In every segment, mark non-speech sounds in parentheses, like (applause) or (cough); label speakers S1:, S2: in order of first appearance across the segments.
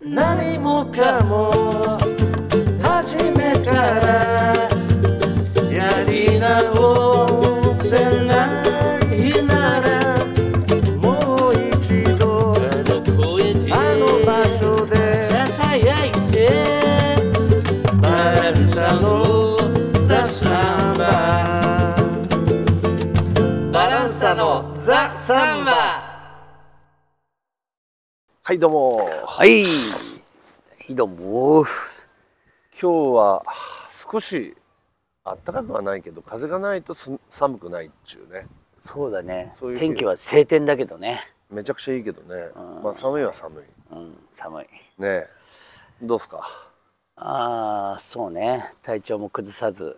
S1: 何もかも初めからやり直せないならもう一度
S2: あの声で
S1: あの場所で
S2: ささやいて
S1: バランサのザ・サンバ
S2: バランサのザ・サンバ
S1: はいどうも
S2: はいどうも
S1: 今日ははあ少し暖かくはないけど風がないとす寒くないっちゅうね
S2: そうだね
S1: そういう日
S2: 天気は晴天だけどね
S1: めちゃくちゃいいけどねまあ寒いは寒い
S2: うん寒い
S1: ねえどうっすか
S2: ああそうね体調も崩さず、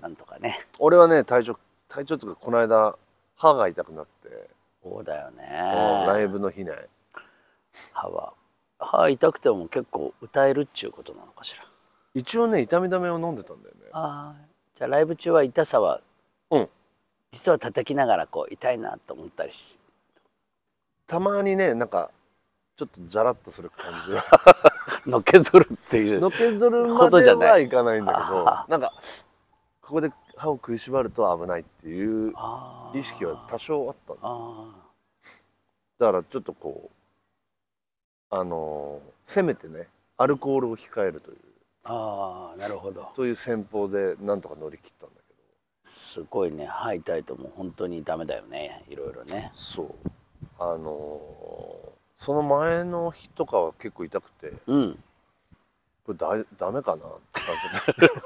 S2: なんとかね
S1: 俺はね体調体調とかこの間歯が痛くなって、
S2: そうだよね
S1: ライブの日ね
S2: 歯は歯痛くても結構歌えるっちゅうことなのかしら
S1: 一応ね痛み止めを飲んでたんだよね
S2: あーじゃあライブ中は痛さは
S1: うん
S2: 実は叩きながらこう痛いなと思ったりした (laughs)
S1: まにねなんかちょっとザラッとする感じは (laughs)
S2: のけぞるっていう
S1: のけぞるま
S2: ほ
S1: で
S2: どじゃない
S1: はいかないんだけど
S2: あ
S1: なんかここで歯を食いしばると危ないっていう
S2: あー
S1: 意識は多少あったんだ
S2: あ
S1: だからちょっとこうあのーせめてねアルコールを控えるという
S2: ーあーなるほど
S1: という戦法でなんとか乗り切ったんだけど
S2: すごいね歯痛いともう本当にダメだよねいろいろね
S1: そうあのーその前の日とかは結構痛くて
S2: うん (laughs)
S1: これだダメかなって感じだっ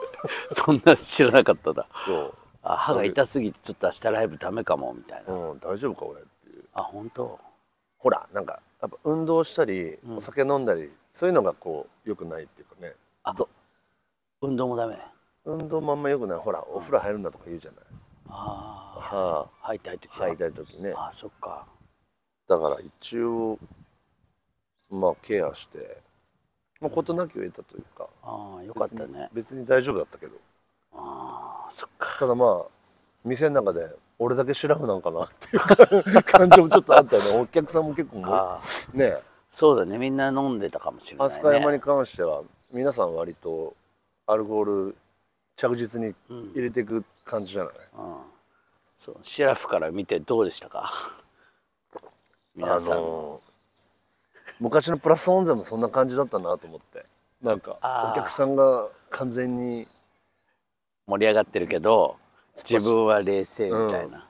S1: た
S2: そんな知らなかっただ
S1: (laughs) そ
S2: あ歯が痛すぎてちょっと明日ライブダメかもみたいな
S1: う、うん、大丈夫か俺っていう
S2: あ本当
S1: ほらなんかやっぱ運動したり
S2: ん
S1: お酒飲んだり、そういうのがこう良くないっていうかね
S2: あ
S1: ど
S2: 運動もダメ
S1: 運動もあんま良くないほらお風呂入るんだとか言うじゃない、
S2: ああ
S1: は
S2: 歯痛い時
S1: あ
S2: は
S1: 入りたい時ね
S2: あーそっか
S1: だから一応まあケアして、まあ、事なきを得たというか
S2: ああよかったね
S1: 別に大丈夫だったけど
S2: あーそっか
S1: ただまあ店の中で俺だけシラフなんかなっていう感感じもちょっとあったよ
S2: (laughs)
S1: ねお客さんも結構も
S2: あー
S1: うね
S2: そうだねみんな飲んでたかもしれないね
S1: 飛鳥山に関しては皆さん割とアルコール着実に入れていく感じじゃない、
S2: うん、そうシラフから見てどうでしたか皆さん
S1: あの昔のプラスオンザもそんな感じだったなと思ってなんか
S2: あー
S1: お客さんが完全に
S2: 盛り上がってるけど自分は冷静みたいな、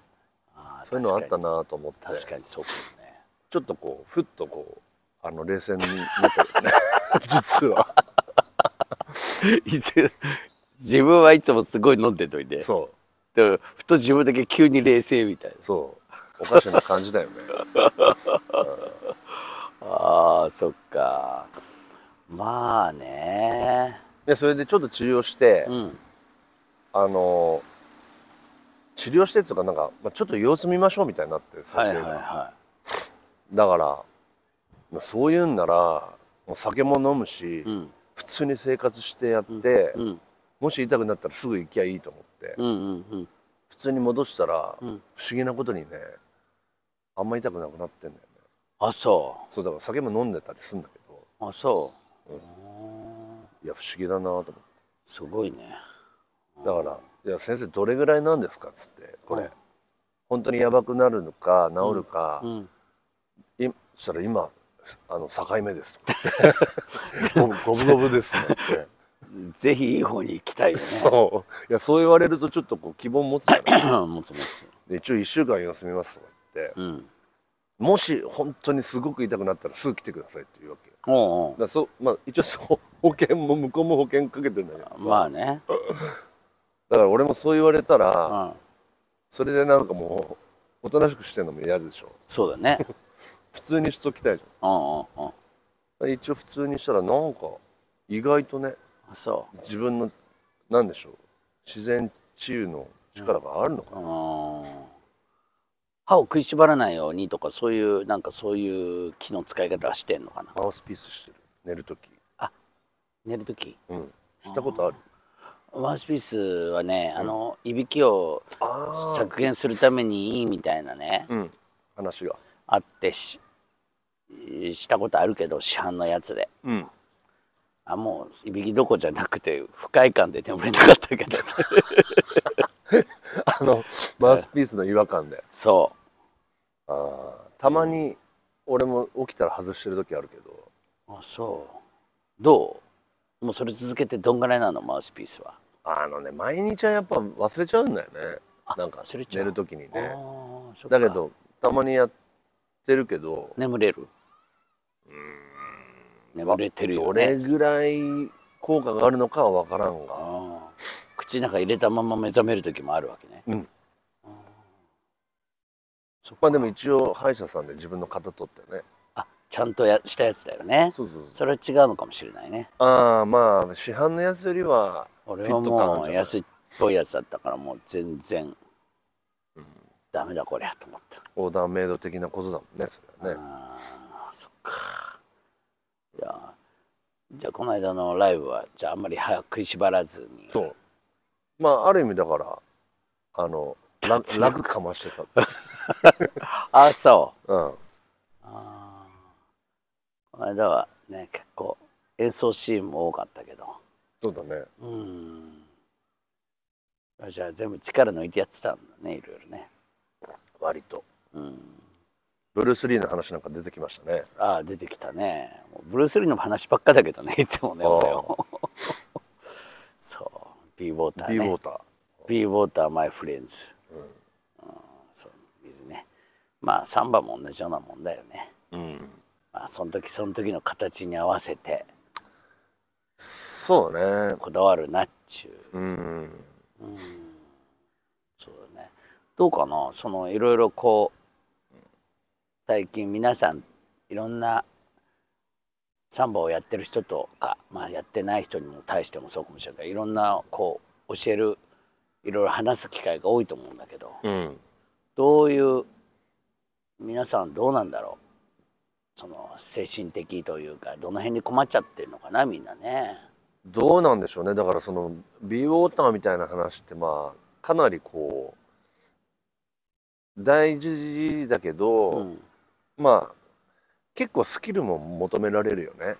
S2: あー
S1: そういうのあっ
S2: 確か
S1: たなと思って
S2: に確かにそうかもね
S1: ちょっとこうふっとこうあの冷静にな
S2: (laughs)
S1: ったよね実は
S2: いつ自分はいつもすごい飲んでとい
S1: (laughs)
S2: て
S1: そ
S2: でもふと自分だけ急に冷静みたいな
S1: うそう
S2: (laughs)
S1: おかしな感じだよね
S2: あーそっかまあね
S1: でそれでちょっと治療して、
S2: うん
S1: あの治療してっていうかなんか、まあ、ちょっと様子見ましょうみたいになって先
S2: はい
S1: 生
S2: は
S1: が、
S2: いは
S1: だからまあそういうんならもう酒も飲むし、
S2: いうん
S1: 普通に生活してやって、
S2: うん
S1: もし痛くなったらすぐ行きゃいいと思って、
S2: うんうんうん
S1: 普通に戻したら、
S2: ん
S1: 不思議なことにねあんま痛くなくなってんだよね
S2: あそ
S1: そうだから酒も飲んでたりするんだけど
S2: うあそう、
S1: いや不思議だなと思って
S2: すごいね
S1: だから「いや先生どれぐらいなんですか?」っつってこ
S2: う
S1: れ
S2: ん
S1: 本当にやばくなるのか治るか、
S2: うん
S1: いそしたら今あの境目ですとゴブゴブですねって
S2: ぜひいい方に行きたいよ
S1: (laughs)
S2: ね。
S1: そういやそう言われるとちょっとこう希望持つじゃ
S2: (laughs)
S1: ない
S2: (coughs) もつもつ。
S1: で一応1週間休みますとか言って、
S2: うん。
S1: もし本当にすごく痛くなったらすぐ来てくださいっていうわけだか
S2: おうお
S1: らそうまあ一応そう保険も向こうも保険かけてんだけどさ
S2: う。まあね。
S1: だから俺もそう言われたら、
S2: うん。
S1: それでなんかもうおとなしくしてんのも嫌でしょ
S2: そう
S1: (laughs)
S2: だね。
S1: 普通にしときたいじゃん
S2: うんうんうん。
S1: 一応普通にしたらなんか意外とね
S2: あそ
S1: 自分のなんでしょう自然治癒の力があるのか
S2: う。うん。歯を食いしばらないようにとかそういうなんかそういう気の使い方はしてんのかな。
S1: マウスピースしてる寝る時
S2: 寝る時
S1: うんしたことある
S2: マウスピースはね、あのいびきを
S1: あ
S2: 削減するためにいいみたいなね、
S1: うん話が
S2: あってし、したことあるけど市販のやつで
S1: うん
S2: あもういびきどこじゃなくて不快感で眠れなかっ
S1: (laughs)
S2: たけど
S1: あのマウスピースの違和感で
S2: そ
S1: あーたまに俺も起きたら外してる時あるけど
S2: うあそうどうもうそれ続けてどんぐらいなのマウスピースは
S1: あのね毎日はやっぱ忘れちゃうんだよねなんか
S2: 忘れちゃ
S1: 寝
S2: う
S1: る時に
S2: あ
S1: ね
S2: ーそっか
S1: だけどたまにやってるけど
S2: 眠れる眠れてる
S1: ど
S2: よ
S1: れ
S2: ね
S1: ぐらい効果があるのかは分からんが
S2: あー口の中入れたまま目覚める時もあるわけね
S1: うん
S2: あーそっか
S1: まあでも一応歯医者さんで自分の型取ってね
S2: あちゃんとやしたやつだよね
S1: そうそうそう
S2: それは違うのかもしれないね
S1: ああまあ市販のやつよりは
S2: 俺は
S1: フィット感あるんじ
S2: もう
S1: ゃない
S2: 安っぽいやつだったからもう全然ダメだこりゃと思った
S1: オーダーメイド的なことだもんねそれはね
S2: あそっかいやじゃあこの間のライブはじゃああんまり早く食いしばらずに
S1: そうまあある意味だからあのら
S2: 脱力
S1: 楽かま (laughs) してた、
S2: あそう
S1: うん、
S2: あーこの間はね結構演奏シーンも多かったけど
S1: そうだね
S2: うんあじゃあ全部力抜いてやってたんだねいろいろね
S1: 割と
S2: うん
S1: ブルース・リーの話なんか出てきましたね
S2: ああ出てきたねもうブルース・リーの話ばっかだけどねい (laughs) つもね
S1: あー
S2: 俺を (laughs) そうビーウォーター
S1: ビーウォ
S2: ね
S1: ーター
S2: ビーウォーターマイフレンズ
S1: うん
S2: そう水ねまあサンバも同じようなもんだよね
S1: うん、
S2: まあその時その時の形に合わせて
S1: そうだね
S2: こだわるなっちゅう
S1: うん
S2: そうだねどうかなそのいろいろこう最近皆さんいろんなサンバをやってる人とか、まあ、やってない人にも対してもそうかもしれないけどいろんなこう教えるいろいろ話す機会が多いと思うんだけど
S1: うん
S2: どういう皆さんどうなんだろうその精神的というかどの辺に困っちゃってるのかなみんなね。
S1: どうなんでしょうねだからそのビーウォーターみたいな話ってまあかなりこう大事だけど、
S2: うん
S1: まあ結構スキルも求められるよね。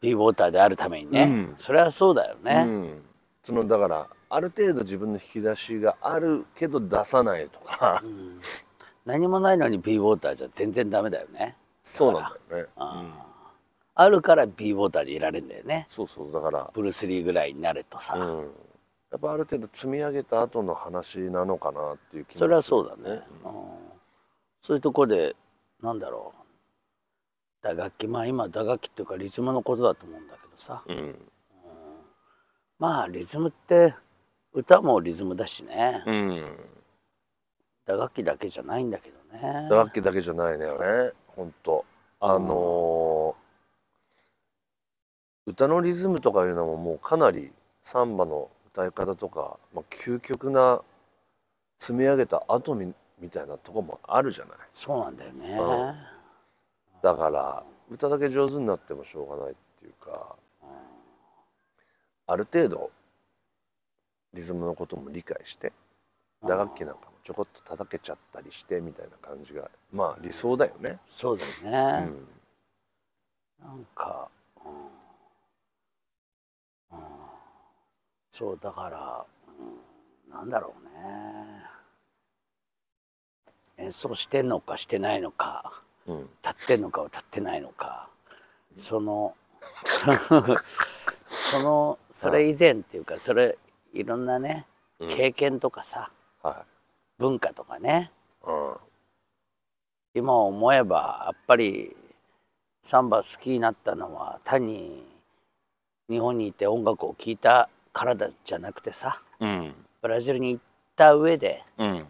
S2: ビーウォーターであるためにね、
S1: うん
S2: それはそうだよ
S1: う
S2: ね、
S1: ん、そのだからある程度自分の引き出しがあるけど出さないと
S2: (laughs)
S1: か、
S2: うん何もないのにビーウォーターじゃ全然ダメだよね
S1: そうなんだよね。
S2: あ,、あるからビーウォーターでいられるんだよね
S1: そうそうだから、
S2: ブルース・リーぐらいになるとさ、
S1: うん、やっぱある程度積み上げた後の話なのかなっていう気もす
S2: そ
S1: る
S2: れはそうだね、うんそういうとこでなんだろう打楽器まあ今打楽器っていうかリズムのことだと思うんだけどさ
S1: うん
S2: まあリズムって歌もリズムだしね、
S1: うん、
S2: 打楽器だけじゃないんだけどね
S1: 打楽器だけじゃないのよね本当あのー歌のリズムとかいうのももうかなりサンバの歌い方とか、まあ、究極な積み上げた後みみたいなとこもあるじゃない
S2: そうなんだよね、
S1: うんだから歌だけ上手になってもしょうがないっていうかある程度リズムのことも理解して打楽器なんかもちょこっと叩けちゃったりしてみたいな感じがまあ理想だよね。
S2: そうだよね、
S1: うん
S2: なんか、うんうん、そうだから、うん、なんだろうね演奏してんのかしてないのか
S1: うん
S2: 立ってんのかは立ってないのかそのそのそれ以前っていうかそれいろんなね
S1: うん
S2: 経験とかさ、
S1: は
S2: 文化とかね
S1: い、うん
S2: 今思えばやっぱりサンバ好きになったのは単に日本にいて音楽を聴いたからだじゃなくてさ
S1: うん
S2: ブラジルに行った上で
S1: うん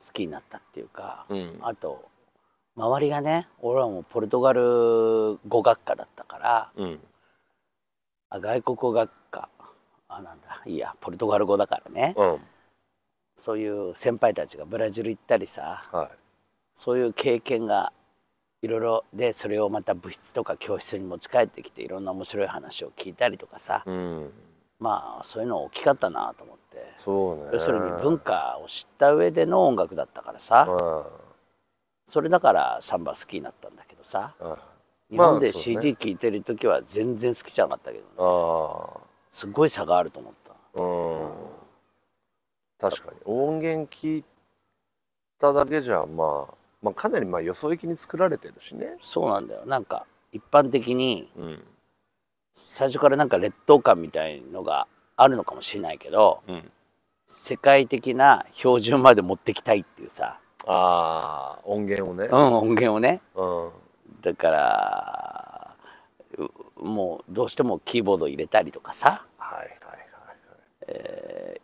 S2: 好きになったっていうか、
S1: うん
S2: あと周りがね俺はもうポルトガル語学科だったから
S1: うん
S2: あ外国語学科あなんだいいやポルトガル語だからね
S1: うん
S2: そういう先輩たちがブラジル行ったりさ
S1: は
S2: そういう経験がいろいろでそれをまた部室とか教室に持ち帰ってきていろんな面白い話を聞いたりとかさ
S1: い、うん、
S2: まあそういうの大きかったなと思って
S1: そうね
S2: 要するに文化を知った上での音楽だったからさ
S1: う
S2: それだからサンバ好きになったんだけどさ
S1: あ
S2: 日本
S1: ま
S2: で
S1: あそうね
S2: CD 聴いてる時は全然好きじゃなかったけどね
S1: あ
S2: すごい差があると思った
S1: うん確かに音源聞いただけじゃまあまあかなりまあよそ行きに作られてるしね
S2: そうなんだよなんか一般的に
S1: うん
S2: 最初からなんか劣等感みたいのがあるのかもしれないけど
S1: うん
S2: 世界的な標準まで持ってきたいっていうさ、
S1: ああ音源をね
S2: うん、音源をね
S1: うん
S2: だからうもうどうしてもキーボード入れたりとかさ
S1: はいはい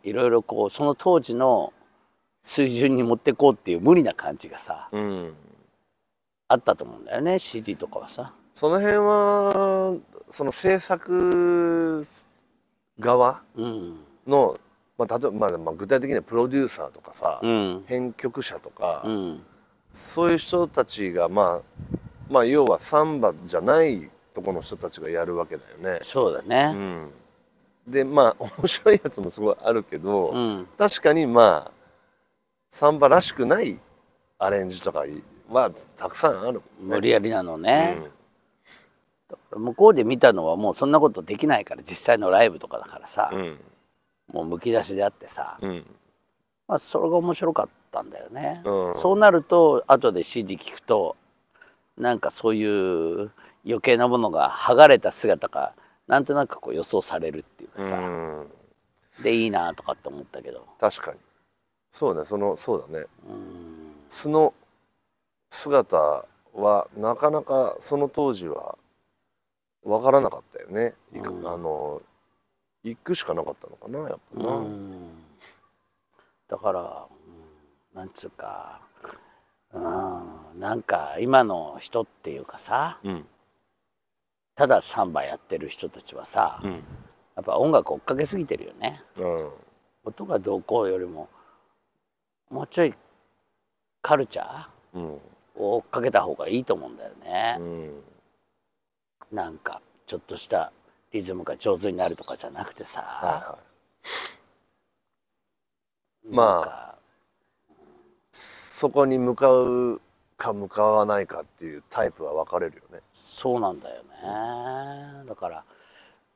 S2: いろいろこうその当時の水準に持ってこうっていう無理な感じがさ
S1: はいうん
S2: あったと思うんだよね CD とかはさ。
S1: その辺はその制作側
S2: うん
S1: の、まあ、例えば、まあ、まあ具体的にはプロデューサーとかさ、
S2: うん
S1: 編曲者とか、
S2: うん
S1: そういう人たちが、まあ、まあ要はサンバじゃないとこの人たちがやるわけだよね。
S2: そうだ
S1: う
S2: ね。
S1: ん、でまあ (laughs) 面白いやつもすごいあるけど、
S2: うん
S1: 確かにまあサンバらしくないアレンジとかはたくさんあるも
S2: 無
S1: んね。
S2: 理やりなのね、
S1: うん
S2: 向こうで見たのはもうそんなことできないから実際のライブとかだからさ、
S1: うん
S2: もうむき出しであってさ、
S1: うん
S2: まあ、それが面白かったんだよね、
S1: うん
S2: そうなると後で CD 聞くとなんかそういう余計なものが剥がれた姿がなんとなくこう予想されるっていうかさ、
S1: うん
S2: でいいなとかって思ったけど
S1: 確かにそうねそのそうだね
S2: うん
S1: 素の姿はなかなかその当時は分からなかったよね行く、
S2: うん
S1: あの行くしかなかったのかなやっぱな、
S2: うんだから、うんなんつうか、うん、なんか今の人っていうかさ
S1: うん
S2: ただサンバやってる人たちはさ、
S1: うん
S2: やっぱ音楽追っかけすぎてるよね
S1: うん
S2: 音がどうこうよりももうちょいカルチャー
S1: うん
S2: を追っかけた方がいいと思うんだよね
S1: う、ん
S2: なんかちょっとしたリズムが上手になるとかじゃなくてさ、
S1: はいはいまあ
S2: なんか
S1: そこに向かうか向かわないかっていうタイプは分かれるよね
S2: そうなんだよねだから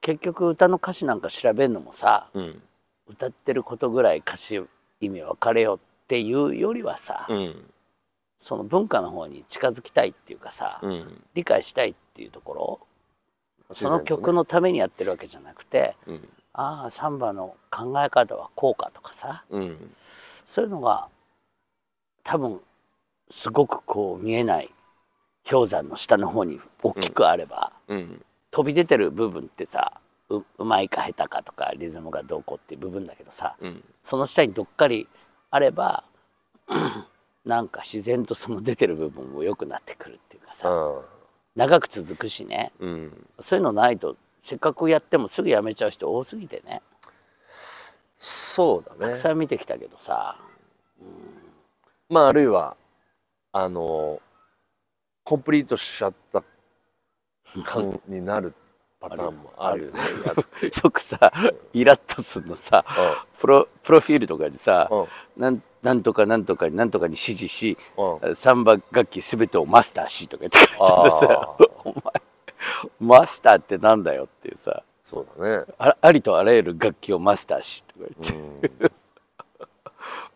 S2: 結局歌の歌詞なんか調べるのもさ
S1: うん
S2: 歌ってることぐらい歌詞意味分かれよっていうよりはさ、
S1: うん
S2: その文化の方に近づきたいっていうかさ、
S1: うん
S2: 理解したいっていうところ
S1: 自
S2: そ
S1: 然とね
S2: の曲のためにやってるわけじゃなくて、
S1: うん
S2: ああサンバの考え方はこうかとかさ
S1: うん
S2: そういうのが多分すごくこう見えない氷山の下の方に大きくあれば、
S1: うん
S2: 飛び出てる部分ってさううまいか下手かとかリズムがどうこうっていう部分だけどさ
S1: うん
S2: その下にどっかりあれば (clears throat) なんか自然とその出てる部分も良くなってくるっていうかさ長く続くしね
S1: うん
S2: そういうのないとせっかくやってもすぐやめちゃう人多すぎてね
S1: そうだ
S2: た
S1: ね
S2: くさん見てきたけどさ
S1: まああるいはあのコンプリートしちゃった (laughs) 感になるパターンもあるよね。
S2: よくさイラッとするのさプロプロフィールとかにさ
S1: うんうん
S2: なんなんとかなんとかになんとかに指示し
S1: うん
S2: サンバ楽器すべてをマスターしとかって書いてあってさ
S1: あー
S2: お前マスターってなんだよっていうさ
S1: そうだね。
S2: あありとあらゆる楽器をマスターしとか言って、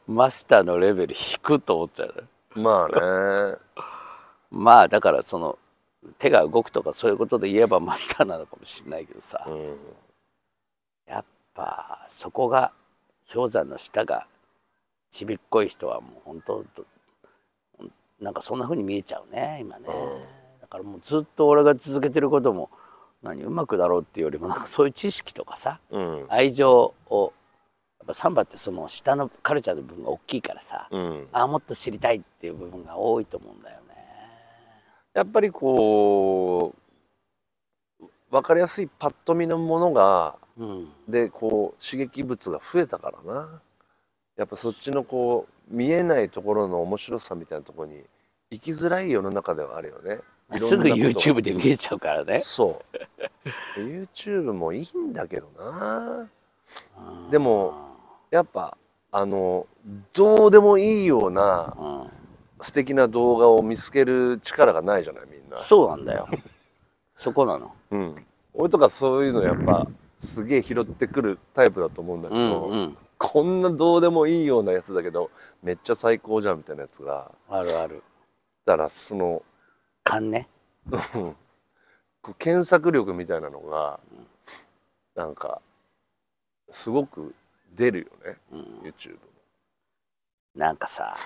S2: マスターのレベル低くと思っちゃう
S1: うん、まあね。
S2: まあだからその手が動くとかそういうことで言えばマスターなのかもしれないけどさ、
S1: うん
S2: やっぱそこが氷山の下がちびっこい人はもう本当どなんかそんな風に見えちゃうね今ね、だからもうずっと俺が続けてることも何うまくだろうっていうよりもなんかそういう知識とかさ
S1: うん
S2: 愛情をやっぱサンバってその下のカルチャーの部分が大きいからさ、
S1: うん、
S2: ああもっと知りたいっていう部分が多いと思うんだよね。
S1: やっぱりこう分かりやすいパッと見のものが
S2: うん、
S1: でこう刺激物が増えたからなやっぱそっちのこう見えないところの面白さみたいなところに行きづらい世の中ではあるよねいろんなこと
S2: す
S1: が
S2: ぐ YouTube で見えちゃうからね。
S1: そう YouTube もいいんだけどな
S2: うん
S1: でもやっぱあのどうでもいいような
S2: うん
S1: 素敵な動画を見つける力がないじゃないみんな、
S2: そうなんだよそこなの
S1: うん、俺とかそういうのやっぱすげえ拾ってくるタイプだと思うんだけ
S2: う
S1: ど、
S2: んうん
S1: こんなどうでもいいようなやつだけどめっちゃ最高じゃんみたいなやつが
S2: あるある
S1: だからその
S2: 勘ね
S1: こう検索力みたいなのがなんかすごく出るよね、YouTube
S2: なんかさ、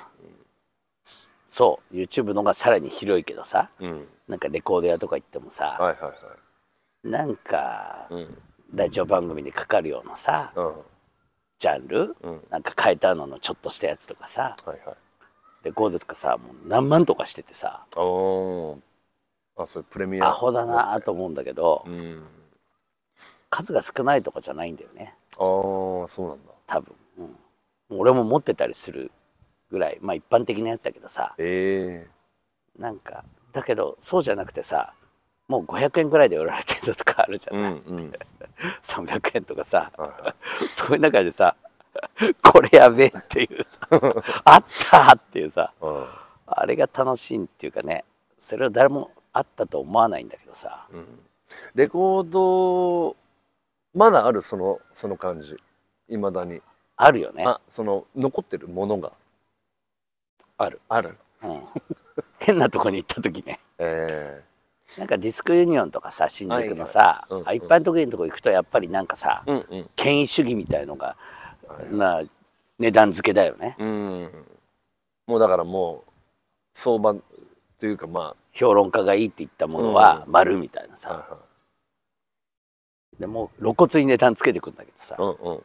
S2: そう YouTube のがさらに広いけどさ
S1: も、うん、
S2: なんかレコード屋とか行ってもさ、
S1: はいはい
S2: なんか
S1: はい、うん
S2: ラジオ番組でかかるようなさ
S1: うん
S2: ジャンル
S1: うん、
S2: なんか変えたののちょっとしたやつとかさ
S1: はいはい
S2: レコードとかさもう何万とかしててさ
S1: おーあそれプレミア
S2: アホだなと思うんだけど
S1: うん
S2: 数が少ないとかじゃないんだよね
S1: ああそうなんだ
S2: 多分、うん、俺も持ってたりするぐらいまあ一般的なやつだけどさ
S1: え
S2: なんかだけどそうじゃなくてさもう500円ぐらいで売られてるのとかあるじ
S1: え
S2: ゃん、
S1: うんうん
S2: 300円とかさ
S1: はいはい
S2: そういう中でさこれやべえっていうさあったっていうさ
S1: う
S2: あれが楽しいっていうかねそれを誰もあったと思わないんだけどさ
S1: んうんレコードまだあるそのその感じいまだに
S2: あるよね
S1: あその残ってるものが
S2: ある、
S1: ある
S2: うん、変なとこに行った時ね
S1: え
S2: なんかディスクユニオンとかさ新宿のさ、
S1: はいはいうん
S2: あ一般的なとこ行くとやっぱりなんかさ、
S1: えうん
S2: 権威主義みたいのが、
S1: はい
S2: な値段付けだよね
S1: うんうんもうだからもう相場というかま
S2: 評論家がいいって言ったものは
S1: うん
S2: 丸みたいな
S1: あ
S2: さ、
S1: は
S2: でもう露骨に値段つけてくんだけどさ、
S1: いはいうんうん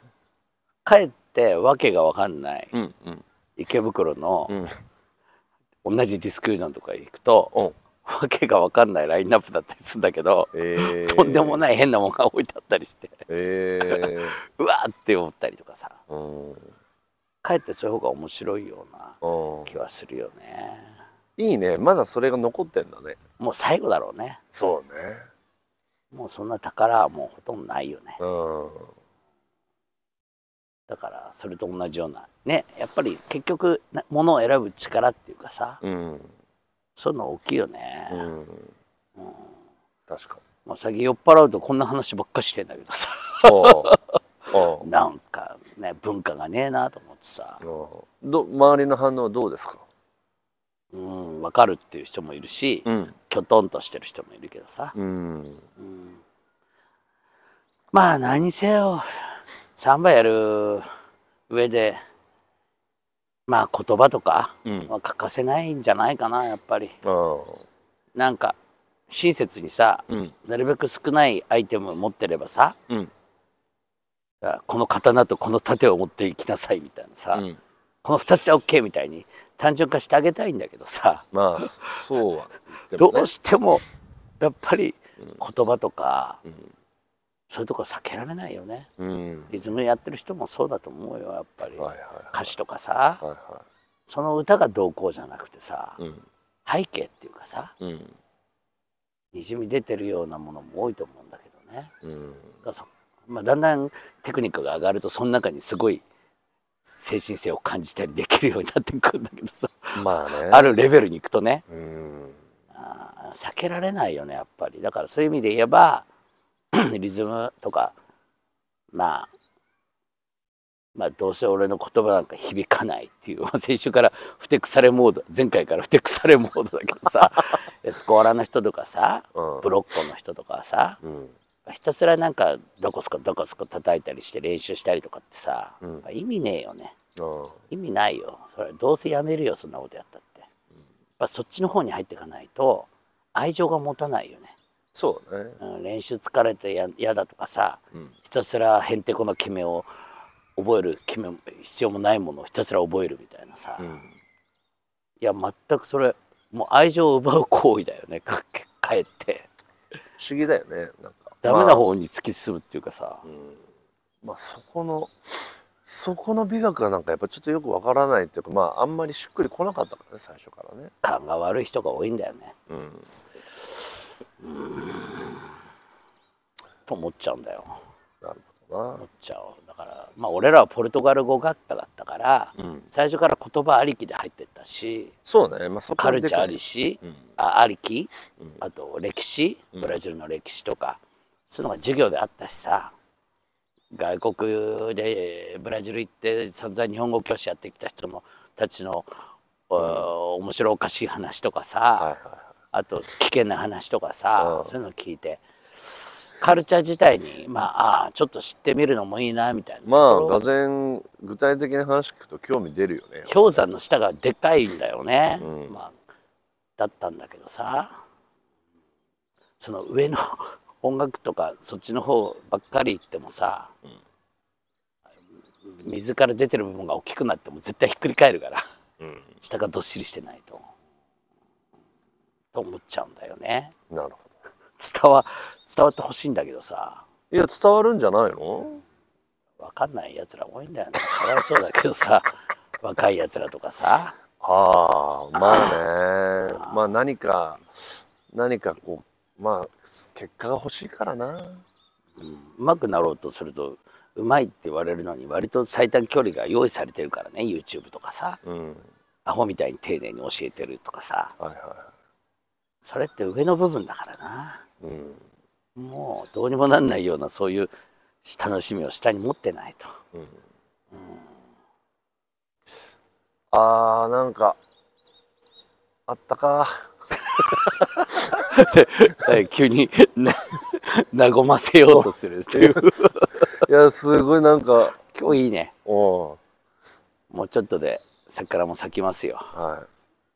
S2: かえってわけが分かんない
S1: うんうん
S2: 池袋の
S1: うん
S2: 同じディスクユニオンとか行くと、
S1: うん
S2: わけが分かんないラインナップだったりするんだけど、
S1: ええ
S2: とんでも
S1: い
S2: ない変なものが置いてあったりして (laughs)
S1: ええ
S2: うわーって思ったりとかさ
S1: うん
S2: かえってそういう方が面白いような
S1: うん
S2: 気はするよね
S1: いいねまだそれが残ってんだね
S2: もう最後だろうね
S1: そうね
S2: もうそんな宝はもうほとんどないよね
S1: うん
S2: だからそれと同じようなねやっぱり結局な物を選ぶ力っていうかさ
S1: うん
S2: そういうの大きいよね、
S1: うん確 (laughs) かに
S2: まあ、最近酔っ払うとこんな話ばっかしてんだけどさ (laughs)
S1: ああああ
S2: なんかね文化がねえなと思ってさ
S1: ど周りの反応はどうですか、
S2: うん分かるっていう人もいるし、
S1: ん
S2: きょとんとしてる人もいるけどさ
S1: うん、
S2: まあ何せよサンバやる上でまあ言葉とか
S1: うんあ
S2: は欠かせないんじゃないかなやっぱり
S1: あ
S2: なんか親切にさ
S1: うん
S2: なるべく少ないアイテムを持ってればさ
S1: うん
S2: あこの刀とこの盾を持っていきなさいみたいなさ、
S1: うん
S2: この2つで OK みたいに単純化してあげたいんだけどさ
S1: まあそそうは言っても
S2: ど
S1: ね
S2: うしてもやっぱり言葉とか、
S1: ん
S2: そういうとこ避けられないよね
S1: うん
S2: リズムやってる人もそうだと思うよやっぱり、
S1: はいは
S2: 歌詞とかさ
S1: いはいは
S2: その歌がどうこうじゃなくてさ、
S1: いうん
S2: 背景っていうかさ
S1: うん
S2: にじみ出てるようなものも多いと思うんだけどね
S1: うん
S2: だからそまあ、だんだんテクニックが上がるとその中にすごい精神性を感じたりできるようになってくるんだけどさ、
S1: まあね
S2: あるレベルに行くとね
S1: うん
S2: あー避けられないよねやっぱりだからそういう意味で言えば (clears throat) リズムとかまあまあどうせ俺の言葉なんか響かないっていう (laughs) 先週からふてくされモード前回からふてくされモードだけどさ (laughs) スコアラの人とかさ
S1: うん
S2: ブロッコの人とかはさ
S1: うん
S2: ひたすらなんかどこすこどこすこ叩いたりして練習したりとかってさ、
S1: うん
S2: やっぱ意味ねえよね
S1: うん
S2: 意味ないよそれどうせやめるよそんなことやったってやっぱそっちの方に入っていかないと愛情が持たないよね、
S1: そうね
S2: うん、練習疲れてや嫌だとかさ
S1: うん
S2: ひたすらへんてこな決めを覚える決め必要もないものをひたすら覚えるみたいなさ、
S1: う
S2: い
S1: ん
S2: や全くそれもう愛情を奪う行為だよねか (laughs) かえって
S1: 不思議だよねなんか
S2: ダメ
S1: ま
S2: な
S1: あ
S2: 方に突き進むっていうかさ、
S1: まあそこのそこの美学はなんかやっぱちょっとよくわからないっていうかまああんまりしっくりこなかったからね最初からね
S2: 勘が悪い人が多いんだよね
S1: うん
S2: と思っちゃうんだよ
S1: なるほどな
S2: 思っちゃうだからまあ俺らはポルトガル語学科だったから、
S1: うん
S2: 最初から言葉ありきで入ってったし
S1: そうねまあそこ
S2: カ
S1: は
S2: ル
S1: で
S2: チャー
S1: か
S2: あ
S1: い
S2: りし、
S1: うん
S2: あありき
S1: うん
S2: あと歴史
S1: うん
S2: ブラジルの歴史とか、そういうのが授業であったしさ外国でブラジル行って散々日本語教師やってきた人のたちの、お面白おかしい話とかさ、
S1: はいはいはい
S2: あと危険な話とかさ、
S1: うん
S2: そういうの聞いてカルチャー自体にまあああちょっと知ってみるのもいいなみたいな
S1: まあ
S2: ところ
S1: がぜん具体的な話聞くと興味出るよね
S2: 氷山の下がでかいんだよね、
S1: うん
S2: まあ、だったんだけどさその上の (laughs) 音楽とかそっちの方ばっかり行ってもさ、水から出てる部分が大きくなっても絶対ひっくり返るから
S1: うん
S2: 下がどっしりしてないと。と思っちゃうんだよね。
S1: なるほ
S2: 伝わ伝わってほしいんだけどさ
S1: どいや伝わるんじゃないの
S2: 分かんないやつら多いんだよねかわいそうだけどさ若いやつらとかさ
S1: ああまあねまあ何か何かこうまあ結果が欲しいからな
S2: うまくなろうとするとうまいって言われるのに割と最短距離が用意されてるからね YouTube とかさ
S1: うん
S2: アホみたいに丁寧に教えてるとかさ
S1: はいは
S2: それって上の部分だからない
S1: うん
S2: もうどうにもなんないようなそういう楽しみを下に持ってないと (laughs)
S1: うんあーなんかあった
S2: (laughs)
S1: か
S2: え急に (laughs) な (laughs) 和ませようとするっていう
S1: いやすごいなんか
S2: 今日いいね
S1: お
S2: もうちょっとで桜も咲きますよ
S1: はい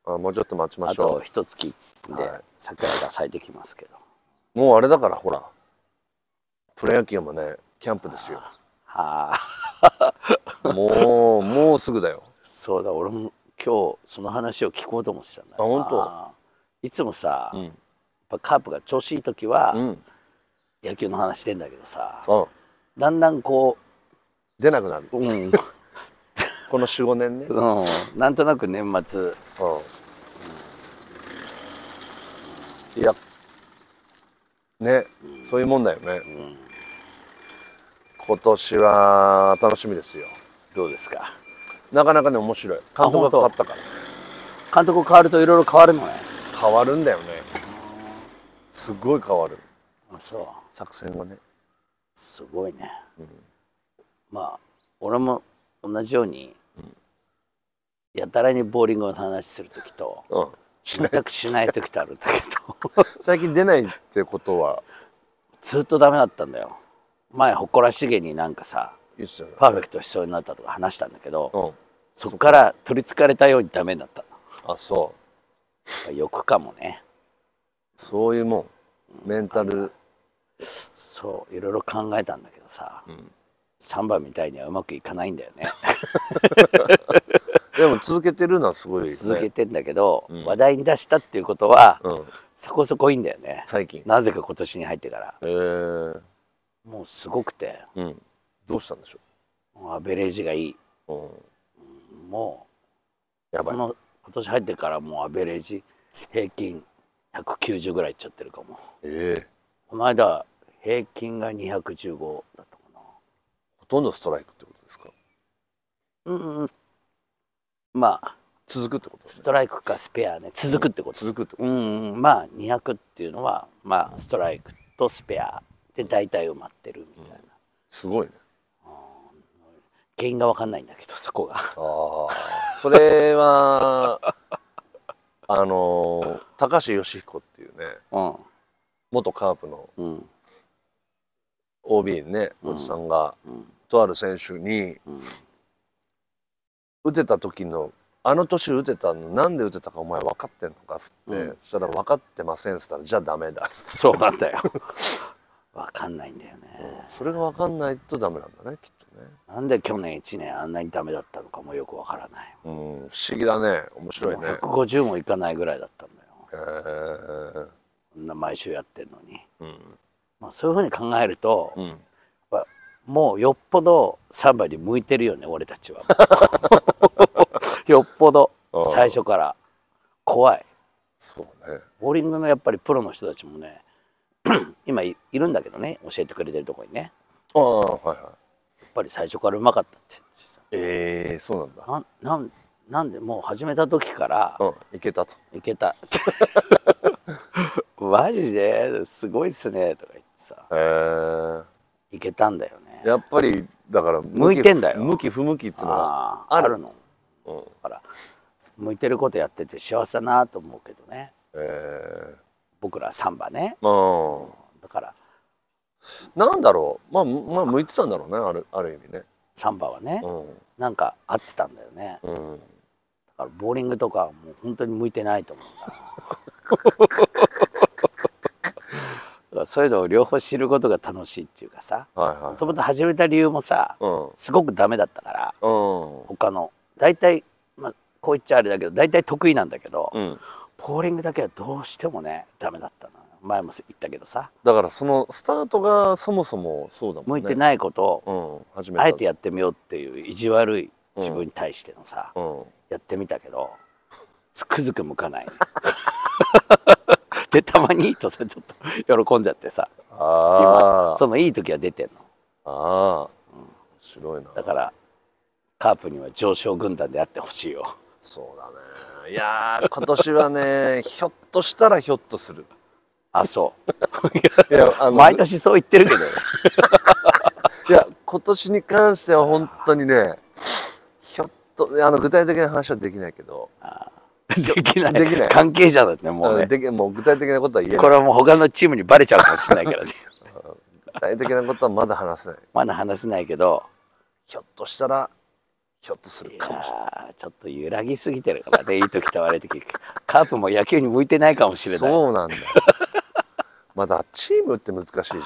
S1: あもうちょっと待ちま
S2: あ
S1: しょ
S2: と一月で
S1: はい
S2: 桜が咲いてきますけど、
S1: うもうあれだからほらプロ野球もねキャンプですよ
S2: はあ (laughs)
S1: もうもうすぐだよ
S2: そうだ俺も今日その話を聞こうと思ってたんだ
S1: あ本当
S2: あいつもさ、
S1: う
S2: やっ
S1: ん
S2: ぱカープが調子いい時は
S1: うん
S2: 野球の話してんだけどさ、
S1: うん
S2: だんだんこ
S1: 出なくなる (laughs)
S2: う、うん
S1: この45年ね
S2: うん、なんとなく年末
S1: うんいやね、そういうもんだよね、今年は楽しみですよ
S2: どうですか
S1: なかなかね面白い監督が変わったから
S2: 監督変わるといろいろ変わるのね
S1: 変わるんだよねすごい変わる
S2: あそう
S1: 作戦がね
S2: すごいね、まあ俺も同じように、やたらにボーリングの話する時と
S1: うんしない
S2: 全くしない時とあるんだけど
S1: 最近出ないってことは
S2: ずっとダメだったんだよ前誇らしげになんかさ
S1: いいっすよね
S2: パーフェクトしそうになったとか話したんだけど、
S1: うん
S2: そっから取りつかれたようにダメになったの
S1: あそう
S2: やっぱ欲かもね
S1: そういうもんメンタル
S2: そういろいろ考えたんだけどさ、3番みたいにはうまくいかないんだよね
S1: でも続けてるのはすごいです
S2: 続
S1: ね
S2: けてんだけど、
S1: ん
S2: 話題に出したっていうことは、
S1: うん
S2: そこそこいいんだよね
S1: 最近
S2: なぜか今年に入ってから
S1: えー、
S2: もうすごくて
S1: うんどうしたんでしょ、
S2: もうアベレージがいいう
S1: うん、
S2: も
S1: や
S2: うこ
S1: ばい
S2: の今年入ってからもうアベレージ平均190ぐらいいっちゃってるかも
S1: ええ
S2: この間平均が215だったかな
S1: ほとんどストライクってことですか
S2: うんうんまあ
S1: 続くってことです
S2: ス
S1: ね
S2: トライクかスペアね続くってこと
S1: 続くってこ
S2: うんうんまあ200っていうのはまあストライクとスペアで大体埋まってるみたいな
S1: とすごいね
S2: 原因が分かんないんだけどそこが
S1: ああそれはあのー高橋義彦っていうね
S2: うん
S1: 元カープの
S2: うん
S1: OB ねおじさんが、
S2: うん
S1: とある選手に
S2: うん
S1: 打てた時のあの年打てたのなんで打てたかお前分かってんのかっつって、
S2: うん
S1: そしたら分かってませんっつったらじゃあダメだっつって
S2: そうなんだよ。 (laughs) わかんないんだよね。
S1: それが分かんないとダメなんだねきっとね
S2: なんで去年1年あんなにダメだったのかもよくわからない。
S1: うん不思議だね面白いね
S2: 150もいかないぐらいだったんだよ。
S1: えー
S2: こんな毎週やってるのに。
S1: うん
S2: まあ、そういうふうに考えると、
S1: うん
S2: もうよっぽどサンバに向いてるよね俺たちは。 (laughs) よっぽど
S1: あー
S2: 最初から怖い。
S1: そうね
S2: ボーリン (clears throat) グのやっぱりプロの人たちもね今いいるんだけどね教えてくれてるとこにね。
S1: ああはいはい
S2: やっぱり最初からうまかったって言うんです
S1: ええそうなんだ
S2: よなんなんなんでもう始めた時から
S1: うんいけたと
S2: いけた (laughs) マジですごいっすねとか言ってさ
S1: へえ
S2: いけたんだよね
S1: やっぱりだから
S2: 向いてんだよ
S1: 向き不向きっていうのは
S2: ああ
S1: ある
S2: るの
S1: うん
S2: だから向いてることやってて幸せだなと思うけどね
S1: ええ
S2: 僕らサンバね
S1: うん
S2: だから
S1: なんだろうまあまあ向いてたんだろうねあるある意味ね
S2: サンバはね
S1: う
S2: なんか合ってたんだよね
S1: んうん
S2: だからボーリングとかはもう本当に向いてないと思うんだだからそういうのを両方知ることが楽しいっていうかさ
S1: はい
S2: も
S1: はい
S2: ともと始めた理由もさ
S1: うん
S2: すごくダメだったから
S1: うん
S2: 他の大体、まあ、こう言っちゃあれだけど大体得意なんだけど、
S1: うん
S2: ボーリングだけはどうしてもねダメだったのよ前も言ったけどさ
S1: だからそのスタートがそもそもそうだも
S2: 向
S1: んね
S2: いて
S1: い
S2: ないことを
S1: うん初め
S2: あえてやってみようっていう意地悪い自分に対してのさ、
S1: うん
S2: やってみたけどつくづく向か
S1: (laughs)
S2: ないでたまにいいとさちょっと喜んじゃってさ
S1: あ
S2: 今
S1: ー
S2: そのいい時は出てんの
S1: あー面白いな
S2: だからカープには上昇軍団であってほしいよ
S1: そうだねいやー今年はね (laughs) ひょっとしたらひょっとする
S2: あそう
S1: いや (laughs) あの
S2: 毎年そう言っ
S1: (laughs)
S2: てるけどね
S1: いや今年に関しては本当にねひょっとあの具体的な話はできないけど
S2: できない
S1: できない
S2: 関係者だってもう
S1: あの
S2: ね
S1: できもう具体的なことは言えな
S2: こ
S1: い
S2: れはもう他のチームにバレちゃうかもしれない
S1: (laughs)
S2: からね
S1: 具体的なことはまだ話せない
S2: まだ話せないけど
S1: ひょっとしたらひょっとする
S2: い
S1: かもしれない
S2: やーちょっと揺らぎすぎてるから
S1: (laughs)
S2: ねいい時と悪い時カープも野球に向いてないかもしれない
S1: そう
S2: (laughs)
S1: なんだよまだチームって難しいじゃない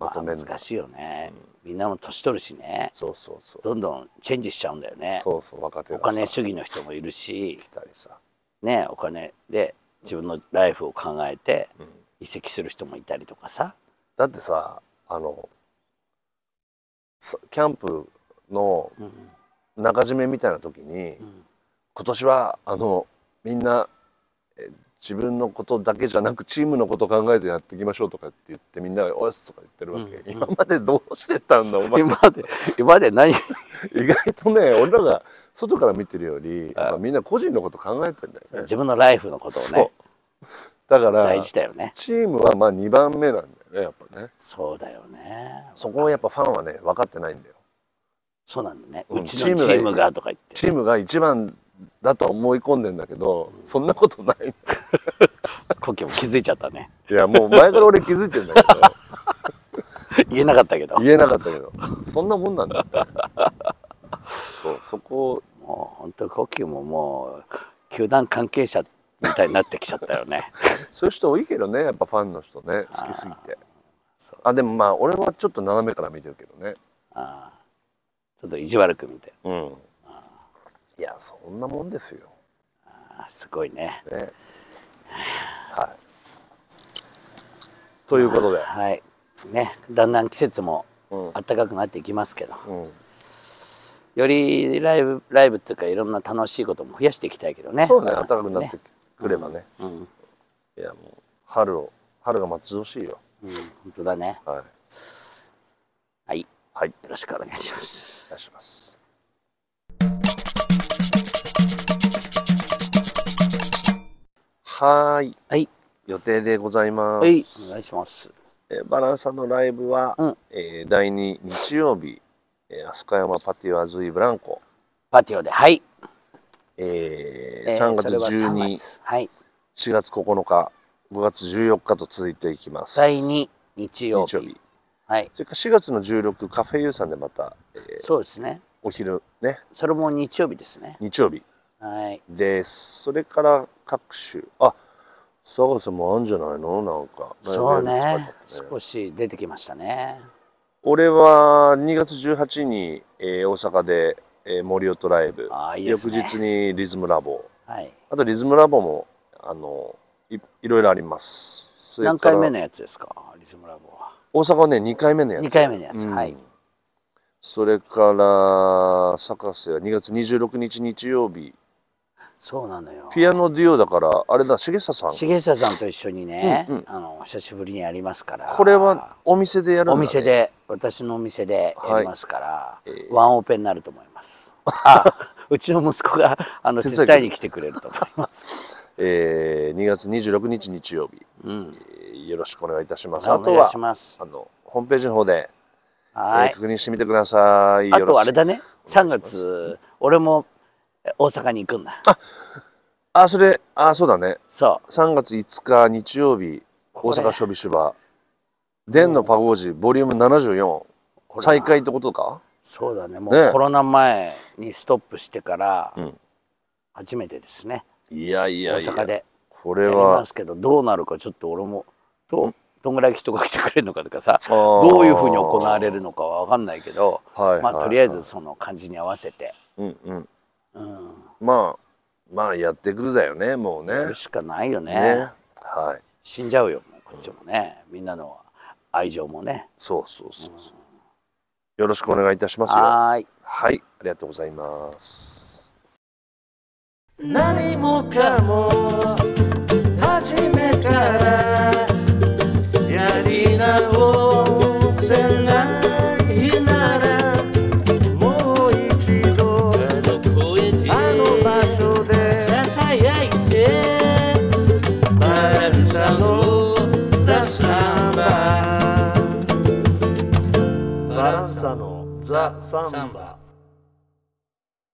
S1: まとめ
S2: ま
S1: る
S2: あ
S1: の、
S2: 難しいよね、みんなも年取るしね
S1: そうそうそう
S2: どんどんチェンジしちゃうんだよね
S1: そうそう若手が
S2: お金
S1: さ
S2: 主義の人もいるし
S1: 来たりさ
S2: ねお金で自分のライフを考えて移籍する人もいたりとかさ
S1: だってさあのさキャンプの
S2: うん
S1: 中締めみたいな時に
S2: ん
S1: 今年はあのみんなえ自分のことだけじゃなくチームのこと考えてやっていきましょうとかって言ってみんなが「おいっす」とか言ってるわけ、
S2: うんうん
S1: 今までどうしてたんだ (laughs) お前
S2: 今まで今まで何
S1: 意外とね俺らが外から見てるよりやっぱみんな個人のこと考えてんだよね
S2: 自分のライフのことをね
S1: だから
S2: 大事だよね
S1: チームはまあ2番目なんだよねやっぱね
S2: そうだよね
S1: そこをやっぱファンはね分かってないんだよ
S2: そうなんだね、
S1: う
S2: うんちのチームがとか言って
S1: チームが一番だと思い込んでんだけどそんなことない
S2: 故郷も気づいちゃったね
S1: いやもう前から俺気づいてんだけど
S2: 言えなかったけど
S1: 言えなかったけどそんなもんなんだよねそうそこ
S2: もう本当故郷ももう球団関係者みたいになってきちゃったよ
S1: (laughs)
S2: ね
S1: そういう人多いけどねやっぱファンの人ね好きすぎて
S2: そう
S1: あでもまあ俺はちょっと斜めから見てるけどね
S2: ああちょっと意地悪く見て
S1: うんいやそんなもんですよ
S2: ああすごいね
S1: ね。はい。ということで、
S2: はいねだんだん季節も
S1: うん
S2: 暖かくなっていきますけど、
S1: うん、
S2: よりライブライブっていうかいろんな楽しいことも増やしていきたいけどね
S1: そうね、
S2: まあ
S1: 暖かくなってくればね。
S2: うん、
S1: いや、もう春を、春が待ち遠しいよ。
S2: うん、本当だね
S1: はい。
S2: はいよ
S1: はい、お
S2: ろしくお願いします
S1: 願いします。はーい、
S2: はい
S1: 予定でございます。
S2: はいお願いします
S1: えーバランさんのライブは、
S2: うん
S1: えー第2日曜日、えー、飛鳥山パティオアズイブランコ、
S2: パティオではい
S1: えー
S2: えー
S1: 3月
S2: それは
S1: 12
S2: 3
S1: 日、
S2: 月はい
S1: 4月9日5月14日と続いていきます
S2: 第2日曜日
S1: 日曜日
S2: はい
S1: それから4月の16カフェユーさんでまた、えー
S2: そうですね
S1: お昼ね
S2: それも日曜日ですね
S1: 日曜日
S2: はい
S1: ですそれから各種あ佐賀さんもあんじゃないのなんか
S2: そう
S1: なん
S2: ね
S1: か
S2: 少し出てきましたね
S1: 俺は2月18に、えー大阪で、えー、森音ライブ
S2: あーいいですね
S1: 翌日にリズムラボ
S2: はい
S1: あとリズムラボもあのいいろいろありますそれ
S2: 何
S1: から
S2: 回目のやつですかリズムラボは
S1: 大阪はね2回目のやつ
S2: 2回目のやつ、
S1: うん
S2: はい
S1: それから、サカスは2月26日日曜日、
S2: そうなのよ
S1: ピアノデュオだからあれだ重久さん
S2: 重久さんと一緒にね、
S1: うんうん
S2: あの久しぶりにやりますから
S1: これはお店でやるんだ、ね、
S2: お店で私のお店でやりますから、
S1: いえー
S2: ワンオペになると思います。
S1: (laughs)
S2: あうちの息子があの手
S1: 手伝い
S2: 伝いに来てくれると思います。
S1: えー、2月26日日曜日、
S2: うん、
S1: えーよろしくお願いいたしますあ
S2: お
S1: と
S2: 願い
S1: は
S2: します。
S1: あのホームページの方で、
S2: は
S1: えー
S2: い。
S1: 確認してみてください
S2: あとあれ
S1: だ
S2: だね、3月俺もえ大阪に行くんだ。
S1: あそれあそうだね
S2: そう。
S1: 3月5日日曜日大
S2: これ
S1: 阪ショビシュバデンのパゴージボリューム74
S2: これは
S1: 再開ってことか
S2: そうだね。も
S1: ね
S2: うコロナ前にストップしてから
S1: うん
S2: 初めてですね。
S1: いやい
S2: 大阪で
S1: こ
S2: や
S1: れ
S2: りま
S1: は
S2: すけどどうなるかちょっと俺もどうどんぐらい人が来てくれるのかとかさ、ど
S1: ど
S2: ういうふうに行われるのかはわかんないけど。
S1: はいはい
S2: まあ、とりあえず、その感じに合わせて、
S1: うんうん、
S2: うん、
S1: まあまあやってくだよねもうね
S2: やるしかないよね
S1: はい
S2: 死んじゃうよもうこっちもねみんなの愛情もね
S1: そうそうそうそうよろしくお願いいたしますよ
S2: はーい
S1: はいありがとうございます
S3: 何もかも初めからやり直せないならもう一度あの場所でささやいてバルサのザ・サンババランサのザ・サンバ